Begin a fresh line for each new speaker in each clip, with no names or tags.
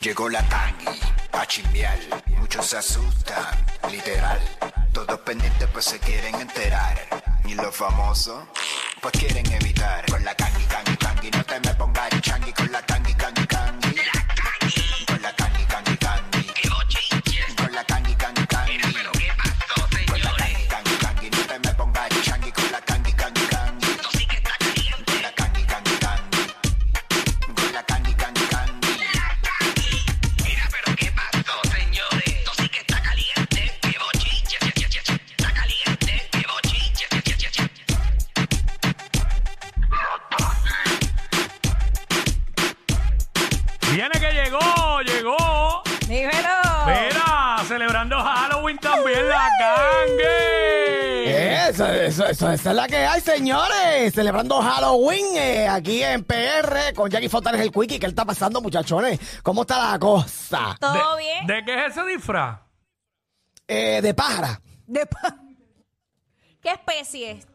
Llegó la tangui, pa' chimbiar. Muchos se asustan, literal. Todos pendientes pues se quieren enterar. Y los famosos, pues quieren evitar. Con la tangui, tangui, tangui, no te me pongas el changui. Con la tangui, tangui, tangui. Con la tangui, tangui, tangui. Con la tangui, tangui, tangui. Con la tangui, tangui, tangui, no te me pongas el changui. Con la tangui, tangui, tangui. Con la tangui, tangui, tangui. Con la tangui, tangui, tangui.
Mira, pero qué pasó, señores. Esto sí que está caliente, qué bochinche, che, che, che, che. Está caliente, qué bochinche, che, che, che, che.
Viene que llegó, llegó.
Dímelo.
Mira, celebrando Halloween también la gangue.
Eh, Eso, eso, eso, esa es la que hay, señores. Celebrando Halloween eh, aquí en PR con Jackie Fontanes el Quickie. ¿Qué le está pasando, muchachones? ¿Cómo está la cosa?
¿Todo
¿De-
bien?
¿De qué es ese disfraz?
Eh, de pájara.
De pa- ¿Qué especie es?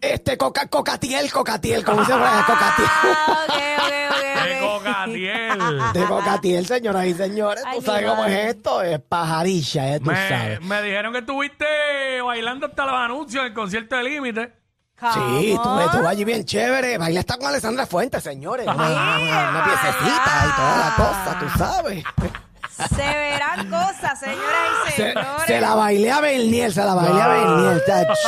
Este, coca, cocatiel, cocatiel, como dicen por ahí, cocatiel.
Ah, ok, ok, ok,
De
ok.
Cocatiel.
De cocatiel, señoras y señores.
Ay,
¿Tú
mi
sabes cómo
madre.
es esto? Es pajarilla, eh, tú
Me,
sabes.
me dijeron que estuviste bailando hasta los anuncios del concierto de Límite.
Sí, tú,
Come on.
tú allí bien chévere. Baila está con Alessandra Fuentes, señores. Una, una- una
Ay,
piececita y toda la cosa,
ay.
tú sabes.
Se verán cosas, señoras y
Se,
señores.
se la bailé a Berniel, se la bailé a Berniel, chacho.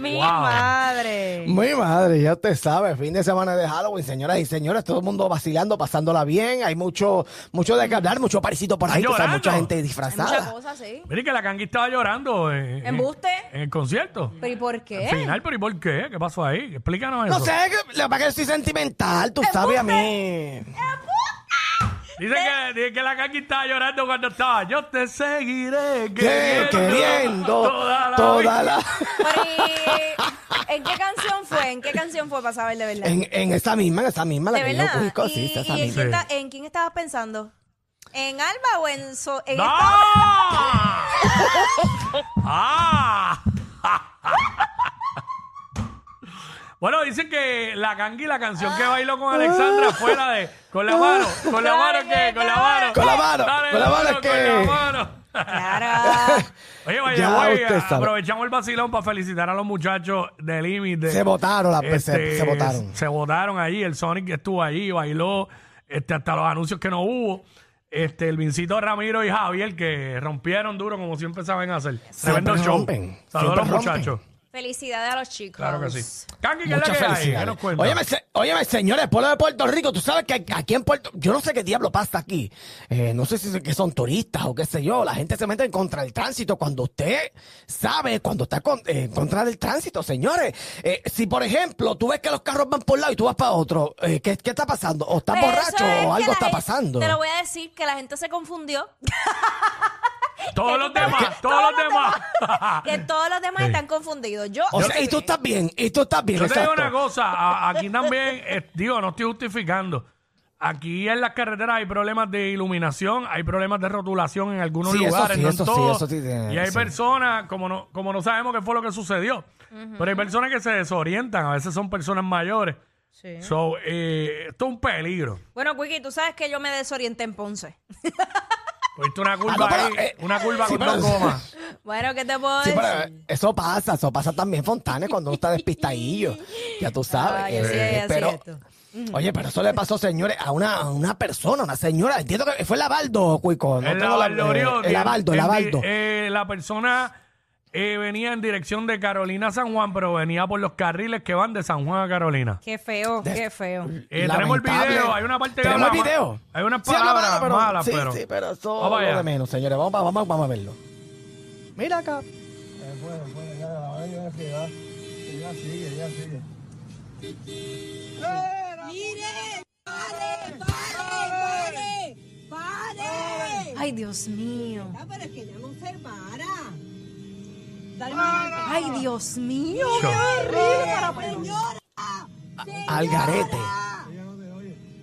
Mi
Wow.
madre.
Mi madre, ya te sabes, fin de semana de Halloween, señoras y señores, todo el mundo vacilando, pasándola bien, hay mucho, mucho de qué hablar, mucho parecito por ahí, tú sabes,
Llorando.
mucha gente
Hay muchas
disfrazada.
cosas, sí.
Mira que la cangui estaba llorando. En,
¿Embuste?
En, en el concierto.
¿Pero y por qué?
Al final, pero ¿y por qué? ¿Qué pasó ahí? Explícanos eso.
No sé, que- lo que pasa es que soy sentimental, tú sabes a mí.
Dice que, dice que la cangui estaba llorando cuando estaba. Yo te seguiré
Que- Queriendo toda la...
Pero, ¿y ¿En qué canción fue? ¿En qué canción fue para saber de verdad?
En, en esa misma, en esa misma, la
de
que yo
verdad.
cuico,
¿Y,
sí, esa
y en,
esa misma.
quién
Sí.
ta- en quién estabas pensando? ¿En Alba o en, so- en
¡No!
esta-
¡Ah! Bueno, dicen que la Kangi, la canción que bailó con
Ah.
Alexandra fue la de con la mano, con la mano que, con la mano.
Con la mano,
Dale,
con la mano
duro,
que-
con la mano.
Claro.
Oye,
Ya
vaya, güey,
usted sabe.
aprovechamos el vacilón para felicitar a los muchachos de Límite.
Se votaron, las veces,
Este,
se votaron.
Se votaron allí. El Sonic estuvo allí, bailó este, hasta los anuncios que no hubo. Este, el Vincito Ramiro y Javier que rompieron duro como siempre saben hacer. Tremendo show.
rompen,
Saludos a los
siempre rompen.
muchachos.
Felicidades a los chicos.
Claro que sí. Kanki, ¿qué es la
Muchas
que hay? ¿Qué
felicidades.
nos cuenta?
Óyeme, se- óyeme, señores, pueblo de Puerto Rico, tú sabes que aquí en Puerto, yo no sé qué diablo pasa aquí. Eh, no sé si es que son turistas o qué sé yo. La gente se mete en contra del tránsito cuando usted sabe, cuando está con- eh, en contra del tránsito, señores. Eh, si, por ejemplo, tú ves que los carros van por un lado y tú vas para otro, eh, ¿qué, qué está pasando? ¿O está
Pero
borracho
eso es
o
que
algo
la
está
gente-
pasando?
Te lo voy a decir que la gente se confundió.
Todos los demás, todos los demás.
Que todos los demás
Ah. Sí.
están confundidos. Yo.
O sea, y tú estás bien, y tú estás bien.
Yo te digo
exacto.
una cosa, a- aquí también, eh, digo, no estoy justificando. Aquí en las carreteras hay problemas de iluminación, hay problemas de rotulación en algunos
Sí, eso
lugares,
sí,
no en
eso sí,
todos.
eso sí tiene-
y hay
sí.
personas, como no, como no sabemos qué fue lo que sucedió, pero hay personas que se desorientan, a veces son personas mayores. So, eh, esto es un peligro.
Bueno, Quiki, tú sabes que yo me desorienté en Ponce.
Tuviste Pues una curva
Ah, no, pero,
ahí,
eh,
una curva
sí,
con dos
pero-
comas.
Bueno, ¿qué te puedo
Sí,
decir?
pero eh, eso pasa, eso pasa también Fontanes cuando uno está despistadillo. Ya tú sabes. eh,
Ay, así es, así es
pero,
esto.
oye, pero eso le pasó, señores, a una, a una persona, una señora. Entiendo que fue el Abaldo, Cuico. No
El
tengo la-
Lavaldo,
eh,
Oriol,
el Abaldo, el
en-
Abaldo.
eh, la persona eh, venía en dirección de Carolina a San Juan, pero venía por los carriles que van de San Juan a Carolina.
Qué feo,
De-
qué feo.
Eh, tenemos el
Lamentable.
video, hay una parte que
Tenemos
habla
el
ma-
video.
hay unas
Sí, habla
palabras
malo, pero-
malas,
sí,
pero- Ah,
Sí, pero eso
Vamos
es
allá.
lo de menos, señores. Vamos, vamos, vamos, vamos a verlo. Mira acá.
¡Pare! ¡Pare!
Ay, Dios mío.
Ah, pero es que ya no se para. Dale
Ay, Dios mío.
señora.
Al garete.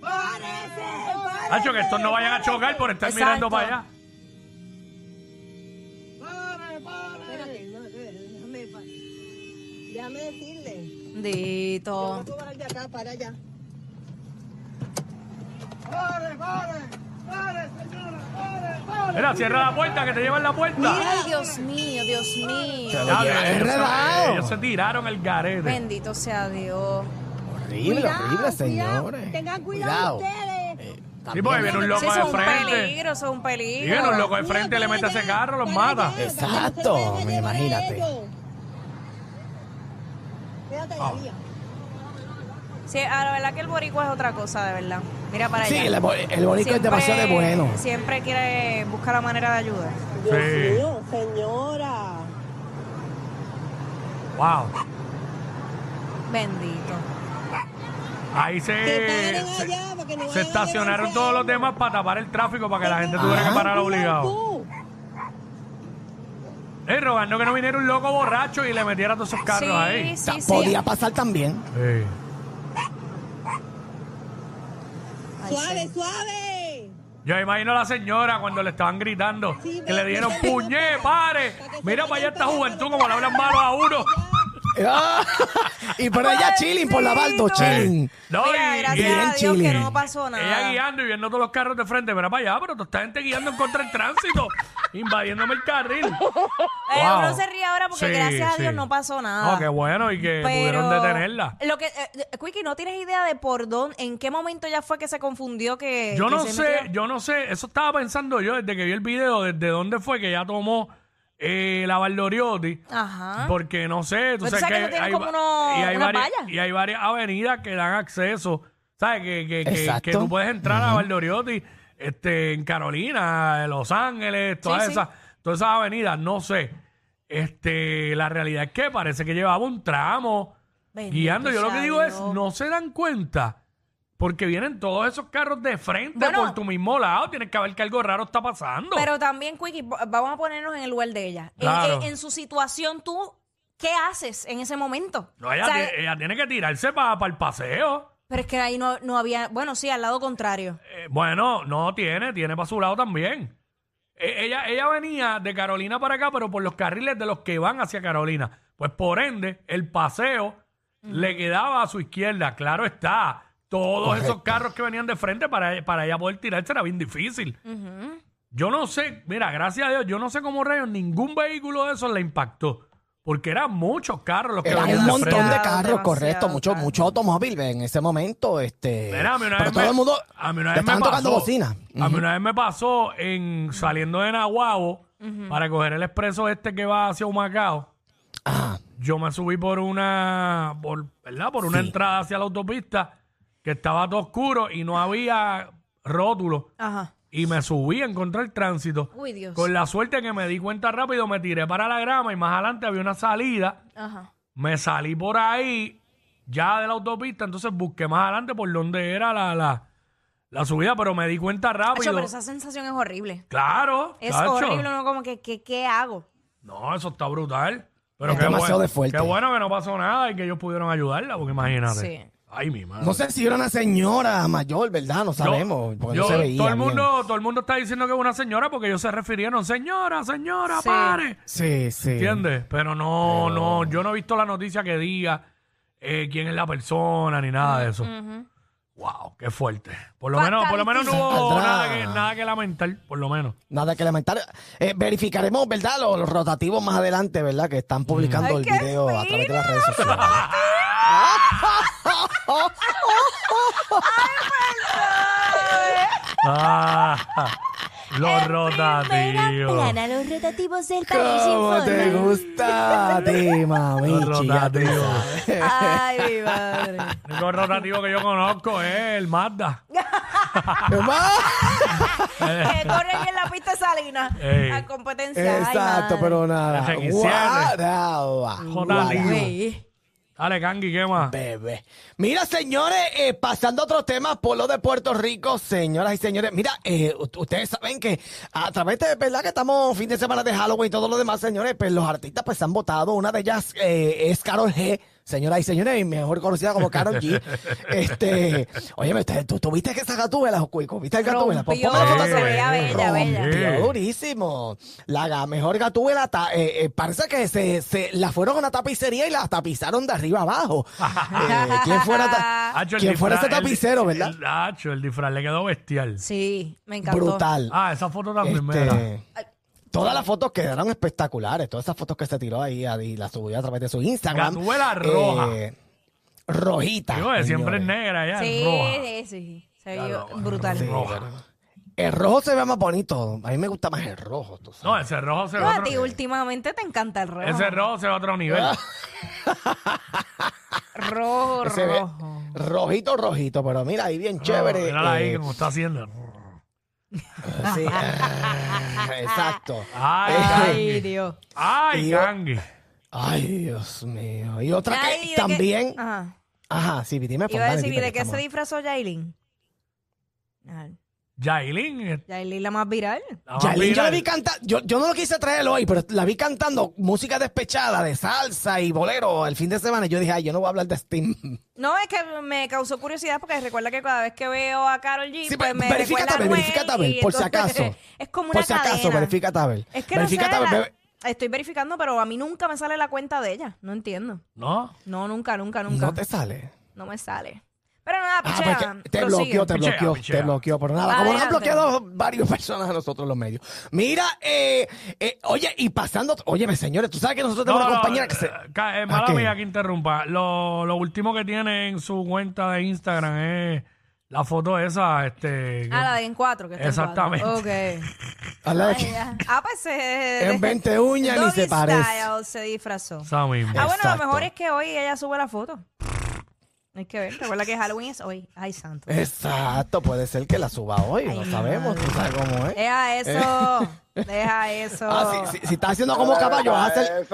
¡Párese! ¡Párese!
Hacho, que estos no vayan a chocar por estar
Exacto.
mirando para allá.
Espérate, no, no, déjame, pa- déjame decirle.
Dito.
Oh. Tú vas de acá para allá.
Mira, cierra la puerta, que te llevan la puerta.
Ay, Dios mío, Dios mío.
Lo
Ya,
llevan
ellos se-
enredado.
ellos se tiraron el garete.
Bendito sea Dios.
Horrible,
Cuidado,
horrible,
cuidado.
señores.
Tengan cuidado ustedes.
Eh,
Sí,
también.
porque viene un
Eso
loco de
es un
frente.
peligro, eso es un
Y
peligro.
viene un loco de frente, le mete ese carro, los mata.
Exacto, imagínate.
Fíjate,
Ah.
Sí, a la verdad que el boricua es otra cosa, de verdad. Mira para
Sí,
allá.
el, bo- el boricua es
Siempre-
demasiado de bueno.
Siempre quiere buscar la manera de ayudar.
Dios
Sí.
mío, señora.
Wow.
Bendito.
Ahí
Que
se,
paren
Eh, se,
allá porque no
se
van a
estacionaron
llevarse
todos los
algo.
demás para tapar el tráfico para que la gente
Ah.
tuviera que parar
Mira
obligado.
tú.
Ey, rogando que no viniera un loco borracho y le metiera todos esos carros
sí,
ahí.
Ta-
sí, sí.
Podía pasar también.
Sí.
Ay,
Suave,
sí.
suave.
Yo imagino a la señora cuando le estaban gritando
Sí,
que le dijeron,
vete, vete,
puñé,
vete,
pare.
para que se
Mira
vayan
para allá esta
para allá,
juventud
para
como le hablan malo a uno.
Ah, y por allá chilling, por la baldo, chilling.
No,
Mira,
y- y
gracias
bien
a Dios
chile.
que no pasó
Ella
nada.
guiando y viendo todos los carros de frente, mira para allá, pero toda esta gente guiando en contra del tránsito, invadiéndome el carril.
Eh,
Wow.
Uno se ríe ahora porque
Sí,
gracias a
sí.
Dios no pasó nada.
No, qué bueno y que
Pero
pudieron detenerla.
Lo que, eh, eh, Quickie, no tienes idea de por dónde, en qué momento ya fue que se confundió que.
Yo
que
no
se
sé,
metió?
yo no sé, eso estaba pensando yo desde que vi el video, desde dónde fue que ya tomó eh, la Valdoriotti.
Ajá.
Porque no sé, tú
Pero tú
sabes,
sabes Ah. que eso tiene como unos-
y hay
unas
varias,
vallas.
y hay varias avenidas que dan acceso, ¿sabes? Que, que, que- que,
Exacto.
tú puedes entrar a Valdoriotti este, en Carolina, en Los Ángeles, todas,
sí.
esas, todas esas avenidas, no sé. Este, la realidad es que parece que llevaba un tramo
Bendito
guiando. Yo lo que
sea
digo es,
Dios.
no se dan cuenta. Porque vienen todos esos carros de frente
Bueno.
por tu mismo lado. Tienes que ver que algo raro está pasando.
Pero también, Quickie, v- vamos a ponernos en el lugar de ella. En-
Claro.
En, en su situación, tú, ¿qué haces en ese momento?
no, ella,
O sea,
tie- ella tiene que tirarse para el paseo.
pero es que ahí no, no había. Bueno, sí, al lado contrario.
Eh, bueno, no tiene, tiene para su lado también. E- ella, ella venía de Carolina para acá, pero por los carriles de los que van hacia Carolina. Pues por ende, el paseo le quedaba a su izquierda, claro está. Todos esos carros que venían de frente para, para ella poder tirarse era bien difícil. Yo no sé, mira, gracias a Dios, yo no sé cómo rayos ningún vehículo de esos le impactó. Porque eran muchos carros los que
Era
venían
un
de
montón
frente.
de
Demasiado,
carros, correcto,
demasiado
mucho,
carro.
mucho automóvil en ese momento. Este,
Mira, a mí una
pero
vez
todo
me-
el mundo
a mí una
le
vez me
estaban tocando
pasó.
bocina.
A mí una vez me pasó en saliendo de Nahuabo para coger el expreso este que va hacia Humacao.
Ah,
Yo me subí por una, por, ¿verdad? Por una
Sí.
entrada hacia la autopista que estaba todo oscuro y no había rótulo.
Ajá.
Y me subí a encontrar el tránsito.
Uy, Dios.
Con la suerte que me di cuenta rápido, me tiré para la grama y más adelante había una salida.
Ajá.
Me salí por ahí, ya de la autopista, entonces busqué más adelante por donde era la, la, la subida, pero me di cuenta
Acho,
rápido.
pero esa sensación es horrible.
Claro,
Es
chacho.
horrible, ¿no? Como que, que- ¿qué hago?
No, eso está brutal. Pero
Es
qué
demasiado
bueno,
de fuerte.
Qué bueno que no pasó nada y que ellos pudieron ayudarla, porque imagínate.
Sí.
Ay, mi madre.
no sé si era una señora mayor, ¿verdad? No sabemos. porque
yo-
no se veía
todo el
bien.
mundo, todo el mundo está diciendo que es una señora porque ellos se refirieron, señora, señora,
Sí.
pare.
Sí, sí.
¿Entiendes? Pero no, no, yo no he visto la noticia que diga eh, quién es la persona ni nada de eso. Wow, qué fuerte. Por
Pues
lo menos, por lo menos no hubo
Saldrá.
nada que, nada que lamentar, por lo menos.
Nada que lamentar. Eh, verificaremos, ¿verdad? Los, los rotativos más adelante, ¿verdad? Que están publicando
Ay,
el
qué
video a través de las
fino.
redes sociales.
Ah, los
Primera
rotativos.
plana, los rotativos del país
¿Cómo te
informan.
gusta a ti, mami?
Los rotativos.
Ay, mi madre.
El único rotativo que yo conozco es el Mazda.
que corren en la pista salina
Ey.
a competencia.
Exacto,
Ay, madre.
pero nada.
Dejen que
Guaraba,
Rotativo.
guaraba.
Güey.
Dale, Kangi, ¿qué más?
Bebé. Mira, señores, eh, pasando a otros temas, por lo de Puerto Rico, señoras y señores, mira, eh, u- ustedes saben que a través de, ¿verdad? Que estamos fin de semana de Halloween y todo lo demás, señores, pues los artistas pues han votado, una de ellas eh, es Carol G. señoras y señores, y mejor conocida como Karol G. este, oye, tú tuviste que esa gatúbela, Cuico, ¿viste el gatúbela? Pon-
Rompió,
ponme la foto
se
otra vez.
veía bella, bella.
Rompió durísimo. La ga- mejor gatúbela, ta- eh, eh, parece que se, se- la fueron a una tapicería y la tapizaron de arriba abajo. Eh, ¿Quién fuera, ta-
Hacho, el
quién fuera ese
disfraz- Ah, el-
tapicero, verdad?
El, hacho, el disfraz le quedó bestial.
Sí, me encantó.
Brutal.
Ah, esa foto también me da.
Este, todas las fotos quedaron espectaculares. Todas esas fotos que se tiró ahí a- y las subió a través de su Instagram.
Gatúbela roja.
Eh, rojita.
Digo, eh, siempre es
señores.
negra ya,
Sí,
es roja.
sí, sí. Se
Ya
vio
lo-
brutal.
Sí,
No,
pero-
El rojo se ve más bonito. A mí me gusta más el rojo, tú
No,
sabes.
ese rojo se ve
a ti
otro
últimamente te encanta el rojo.
Ese rojo se ve a otro nivel.
Ah,
rojo,
Se ve
rojo.
rojito, rojito. Pero mira, ahí bien chévere.
Mírala ahí
eh,
como está haciendo.
sí. Ah, exacto.
Ay,
Ay,
Cangi.
Dios.
Ay,
Yo-
Cangi.
Ay, Dios mío. Y otra
Ay, ¿de
que
qué?
también.
Ajá.
Ajá, sí, dime.
Iba a
Fondale,
decir, ¿y
dime
de
que
qué se
estamos-
disfrazó Yailin? Ay,
Yailin. eh,
Yailin la más viral.
la más
Yailin, yo la
viral.
vi cantar, yo, yo no lo quise traer hoy, pero la vi cantando música despechada de salsa y bolero el fin de semana. Yo dije, ay, yo no voy a hablar de Steam.
No, es que me causó curiosidad porque recuerda que cada vez que veo a Carol G,
Sí,
pues
pero
me
verifícate,
recuerda a Anuel,
verifícate,
y
por si
entonces
acaso.
Es como una
Por si acaso,
cadena.
verifícate, a ver.
Es que no sé,
Verificate, a ver,
la-
bebé.
estoy verificando, pero a mí nunca me sale la cuenta de ella. No entiendo.
¿No?
No, nunca, nunca, nunca.
No te sale.
No me sale. Pero nada,
Ah,
pichea,
porque te
prosigue.
bloqueó, te
Pichea,
bloqueó,
pichea.
te bloqueó por nada. Como nos han
Adelante.
bloqueado varios personas a nosotros los medios. Mira, eh, eh, oye, y pasando, óyeme, señores, tú sabes que nosotros tenemos
No,
una
no,
compañera que se...
eh, ca- eh,
¿A qué?
mala mía que interrumpa. Lo, lo último que tiene en su cuenta de Instagram es la foto esa, este... que-
Ah, la de en cuatro, que está en cuatro.
Exactamente.
Ok.
Habla de
Ay,
que-
ya. ah, pues se...
En 20 uñas ni
Doggy
se parece.
Style se disfrazó.
Esa misma.
Ah, bueno,
Exacto.
lo mejor es que hoy ella sube la foto. Hay que ver. Recuerda que Halloween es hoy. Ay, santo.
Exacto, puede ser que la suba hoy, no
Ay,
sabemos, tú sabes cómo es.
Deja eso.
Eh.
Deja eso. Eh,
Ah, si, si, si estás haciendo como caballo, vas a ser.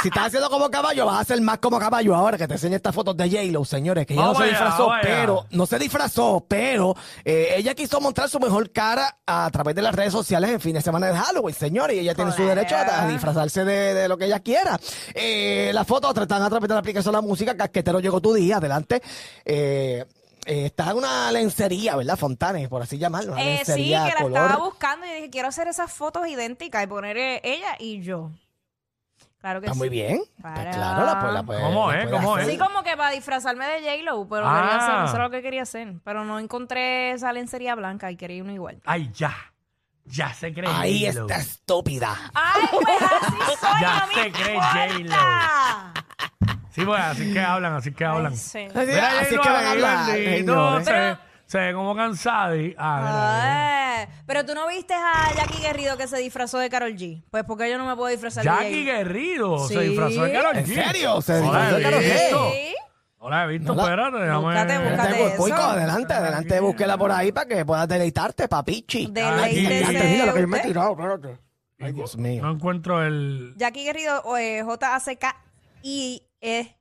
Si estás haciendo como caballo, vas a ser más como caballo ahora que te enseñe estas fotos de J-Lo, señores, que ella
Vamos
no se
allá,
disfrazó,
vamos allá.
pero. No se disfrazó, pero eh, ella quiso mostrar su mejor cara a través de las redes sociales en fin de semana de Halloween, señores, y ella tiene su
Hola.
derecho a, a disfrazarse de, de lo que ella quiera. Eh, las fotos están a través de la aplicación de la música, Casquetero llegó tu día, adelante. Eh, eh, está en una lencería, ¿verdad? Fontanes, por así llamarlo. Una
Eh, sí, que
lencería
la
color.
estaba buscando y dije, quiero hacer esas fotos idénticas y poner eh, ella y yo. Claro que
Está
sí.
muy bien. Pues
Para.
claro, la puede, la puede-
¿Cómo
la
es?
puede
¿Cómo
hacer.
es?
Sí, como que para disfrazarme de J-Lo, pero
Ah.
quería hacer, eso era lo que quería hacer. Pero no encontré esa lencería blanca y quería uno igual.
Ay, ya. Ya se cree
Ahí
J-Lo.
está estúpida.
¡Ay, pues así soy!
Ya
no me
se cree
importa.
Sí, pues así que hablan, así que hablan.
Ay, señor.
Así,
Mira,
así
J-Lo
que van a
ahí,
hablar,
bendito,
señores.
se,
Pero-
se ve como cansada y... Ah, mira, mira.
Ay, pero tú no viste a Jackie Guerrido que se disfrazó de Carol G. Pues porque yo no me puedo disfrazar de
Jackie
ella.
Guerrido
Sí.
se disfrazó de Karol G.
¿En serio? ¿Se
Hola,
disfrazó de Karol G?
Ernesto.
Sí.
No la he visto,
No la-
espérate, déjame...
Búscate, búscate.
Adelante,
Fíjate
Cuico,
eso.
adelante, adelante, búsquela por ahí para que puedas deleitarte, papichi.
Deleítese
Adelante, mira lo que yo me he
usted.
tirado, espérate. Ay, Dios mío.
No encuentro el...
Jackie Guerrido, o, eh, J-A-C-K-I-E.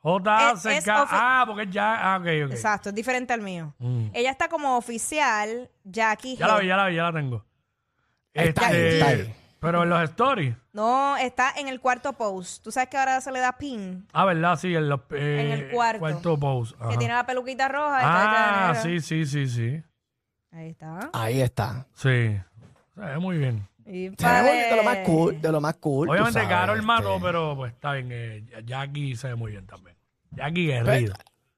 J
Es- es ofi-
Ah, porque es ya... Ah, ok, ok.
Exacto, es diferente al mío.
Mm.
Ella está como oficial, Jackie.
Ya la vi, ya la vi, ya la tengo. Este,
Está ahí, está ahí.
Pero en los stories.
No, está en el cuarto post. Tú sabes que ahora se le da pin,
Ah, ¿verdad? Sí, en, los, eh,
En el cuarto.
post.
que
ajá.
tiene la peluquita roja. y está
Ah,
de
sí,
negro.
sí, sí, sí.
Ahí está.
Ahí está.
Sí. Se ve muy bien.
Y
Se ve
pare-
de lo más cool, de lo más cool. tú
Obviamente
sabes,
Carol mató,
este.
pero pues está bien. eh, Jackie se ve muy bien también. Jackie
Pues,
Guerrero.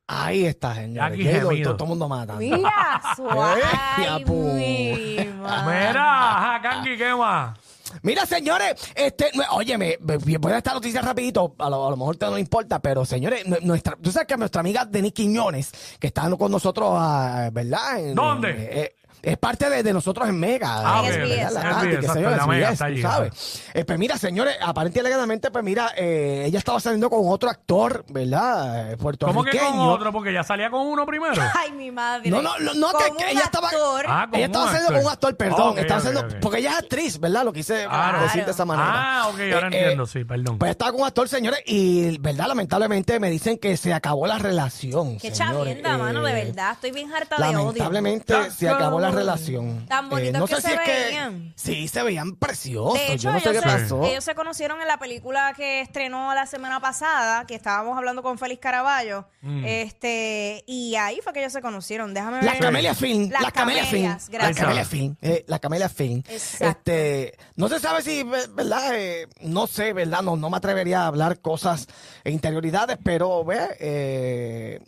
Ahí está, señores.
Jackie
J-Lo,
gemido.
Todo el mundo mata.
Mira, suave.
Eh, ya,
Ay,
pu.
mi
ah.
madre.
Mira, ajá, Kanki, ¿qué más?
Mira, señores, este, no- óyeme, ve- ve- voy a esta noticia rapidito, a lo, a lo mejor te no importa, pero señores, nu- nuestra, tú sabes que nuestra amiga Denis Quiñones, que está con nosotros, ah, ¿verdad? En-
¿Dónde?
eh, es parte de, de nosotros en Mega.
Ah,
eh,
En SBS.
¿verdad? La
En
Atlantic,
SBS,
qué sé
exacto,
yo,
en la
SBS,
Mega, está
tú
allí,
sabes. Eh, pues mira, señores, aparente y alegadamente, pues mira, eh, ella estaba saliendo con otro actor, ¿verdad? Eh,
¿Cómo que con
Puertorriqueño.
otro? Porque ya salía con uno primero.
Ay, mi madre.
No, no, no, no,
Con
que- que
un
ella estaba-
actor.
Ah, con
ella estaba
un
haciendo
actor.
con un actor, perdón.
Ok,
estaba
ok,
haciendo,
ok.
Porque ella es actriz, ¿verdad? Lo quise
Claro.
decir de esa manera.
Ah, ok, ahora
Eh, eh,
entiendo, sí, perdón.
Pues estaba con un actor, señores, y verdad, lamentablemente me dicen que se acabó la relación.
Qué
señores.
chavienda,
Eh,
mano, de verdad. Estoy bien harta de odio.
Lamentablemente se acabó la relación. Eh,
Tan bonitos
no
que
sé
se
si es
veían.
que sí se veían preciosos.
De hecho,
yo no sé
ellos,
qué
se,
pasó.
ellos se conocieron en la película que estrenó la semana pasada, que estábamos hablando con Félix Caraballo.
Mm.
Este, y ahí fue que ellos se conocieron. Déjame
Las
ver.
Camelia Film,
Las
las Camelia Film,
Camelias,
las
gracias.
Camelia Film, eh, las Camelia Film.
Exacto.
Este, no se sabe si, ve- verdad, Eh, no sé, verdad, no, no me atrevería a hablar cosas e interioridades, pero ve, eh,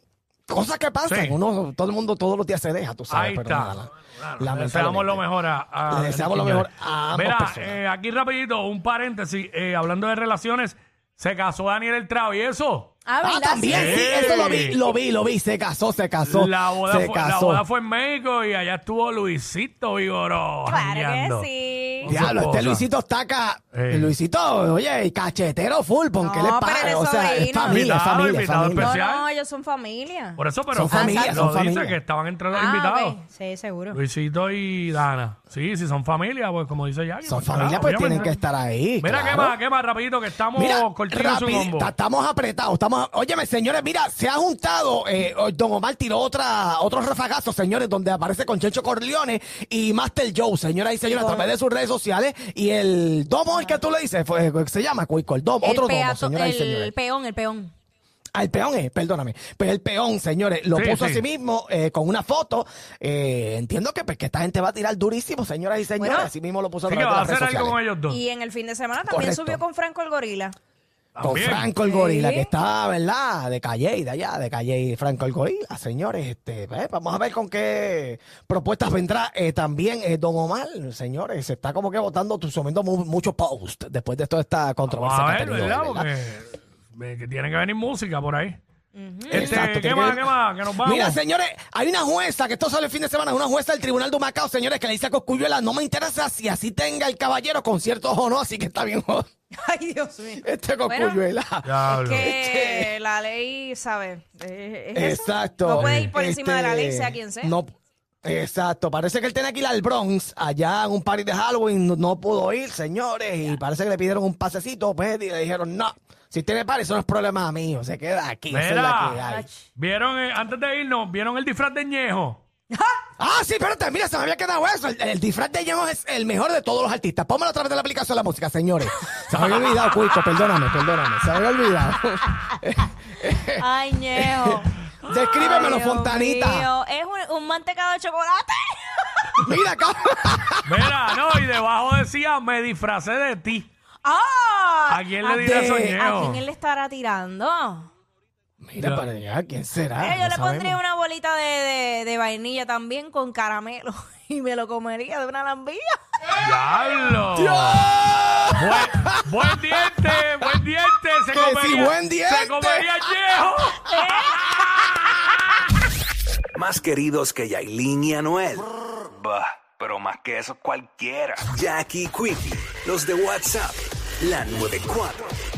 cosas que pasan.
Sí.
Uno, todo el mundo todos los días se deja, tú sabes.
Ahí
pero
está.
nada,
Claro, le
lamentablemente.
deseamos lo mejor a, a
Le deseamos lo
Enrique
mejor
Quiñones.
a ambas
Mira,
personas.
eh, aquí rapidito, un paréntesis. eh, hablando de relaciones, se casó Daniel el Travieso.
Ah,
Ah,
¿verdad?
también, sí,
Sí.
eso lo vi, lo vi, lo vi, se casó, se casó,
La boda,
se
fue, la
casó.
boda fue en México y allá estuvo Luisito Vigoró.
Claro
jangueando.
que sí.
con Ya,
Diablo,
su
este
esposa.
Luisito está acá.
Eh.
Luisito, oye, y cachetero full, ¿por qué
No,
le
pero él es
paga? O sea, es
sobrino.
familia, es
Invitado,
familia, es
invitado
familia.
No,
especial.
no, ellos son familia.
Por eso, pero
Son familia,
lo
son
dice
familia.
que estaban entre los
Ah,
invitados.
ok. Sí, seguro.
Luisito y Dana. Sí, sí, son familia, pues como dice Jackie.
Son
pues,
familia,
claro,
pues tienen
obviamente.
que estar ahí.
Mira,
claro.
qué más, qué más, rapidito, que estamos
Mira,
cortando su
rapidita,
combo.
estamos apretados, estamos, óyeme señores, mira, se ha juntado, eh, Don Omar tiró otra, otro rafagazo, señores, donde aparece con Chencho Corleone y Master Joe, señoras y señores, a través de sus redes sociales, y el domo, el que tú le dices, fue- se llama Cuico, el domo,
El
otro domo,
peato-
señoras y
el
señores.
peón, el peón.
Al peón, eh, perdóname. Pero el peón, señores, lo
Sí,
puso
sí.
a sí mismo eh, con una foto. Eh, entiendo que, pues, que esta gente va a tirar durísimo, señoras y señores.
Bueno.
así mismo lo puso a
Así que
través de
va a
las redes
hacer algo con
sociales.
ellos dos.
Y en el fin de semana también
Correcto.
subió con Franco el Gorila.
Con
También.
Franco el Gorila,
Sí.
que está, ¿verdad? De Calle y de allá, de Calle y Franco el Gorila, señores. Este, eh, vamos a ver con qué propuestas vendrá eh, también eh, Don Omar, señores. Se está como que votando, subiendo mu- muchos posts después de toda esta
Vamos
controversia.
a
que ha
ver,
tenido él,
¿verdad?
¿verdad?
Porque eh, que tiene que venir música por ahí. Este,
Exacto,
¿Qué
tiene
más,
que-
qué más? Que nos vamos.
Mira, señores, hay una jueza que esto sale el fin de semana, una jueza del Tribunal de Macao, señores, que le dice a Coscuyuela, no me interesa si así tenga el caballero conciertos o no, así que está bien jodido
Ay, Dios mío.
este
Bueno,
Coscuyuela.
Diablo.
Que la ley, ¿sabes? Eh, es eso.
Exacto.
No puede ir por encima de la
Este,
ley, sea quien sea.
No, exacto. Parece que él tiene aquí al Bronx, allá en un party de Halloween, no, no pudo ir, señores, y parece que le pidieron un pasecito, pues, y le dijeron, no, si tiene party, eso no es problema mío, se queda aquí. esa es la que hay".
Mira, vieron, eh, antes de irnos, vieron el disfraz de Ñejo.
Ah, sí, espérate, mira, se me había quedado eso. El, el disfraz de Ñejo es el mejor de todos los artistas. Póngalo a través de la aplicación de la música, señores. Se me había olvidado, Cuico, perdóname, perdóname. Se me había olvidado.
Ay, ñejo.
Descríbemelo,
Ay, Dios
Fontanita.
mío. Es un, un mantecado de chocolate.
Mira, cabrón.
Mira, no, y debajo decía, me disfracé de ti.
¡Ah!
¿A quién le
de-
dirá eso,
¿a
¿A
Ñejo?
quién le estará tirando?
Mira para allá, ¿quién será?
Eh, yo
Ah, No
le pondría
sabemos.
una bolita de, de- de vainilla también con caramelo y me lo comería de una lambilla.
¡Diablo! Buen, buen diente, buen diente. Se
Que
comería,
sí, buen
Se
diente.
comería Ñejo.
Más queridos que Yailin y Anuel.
Bah, pero más que eso cualquiera.
Jackie Quickie, los de WhatsApp, la 94.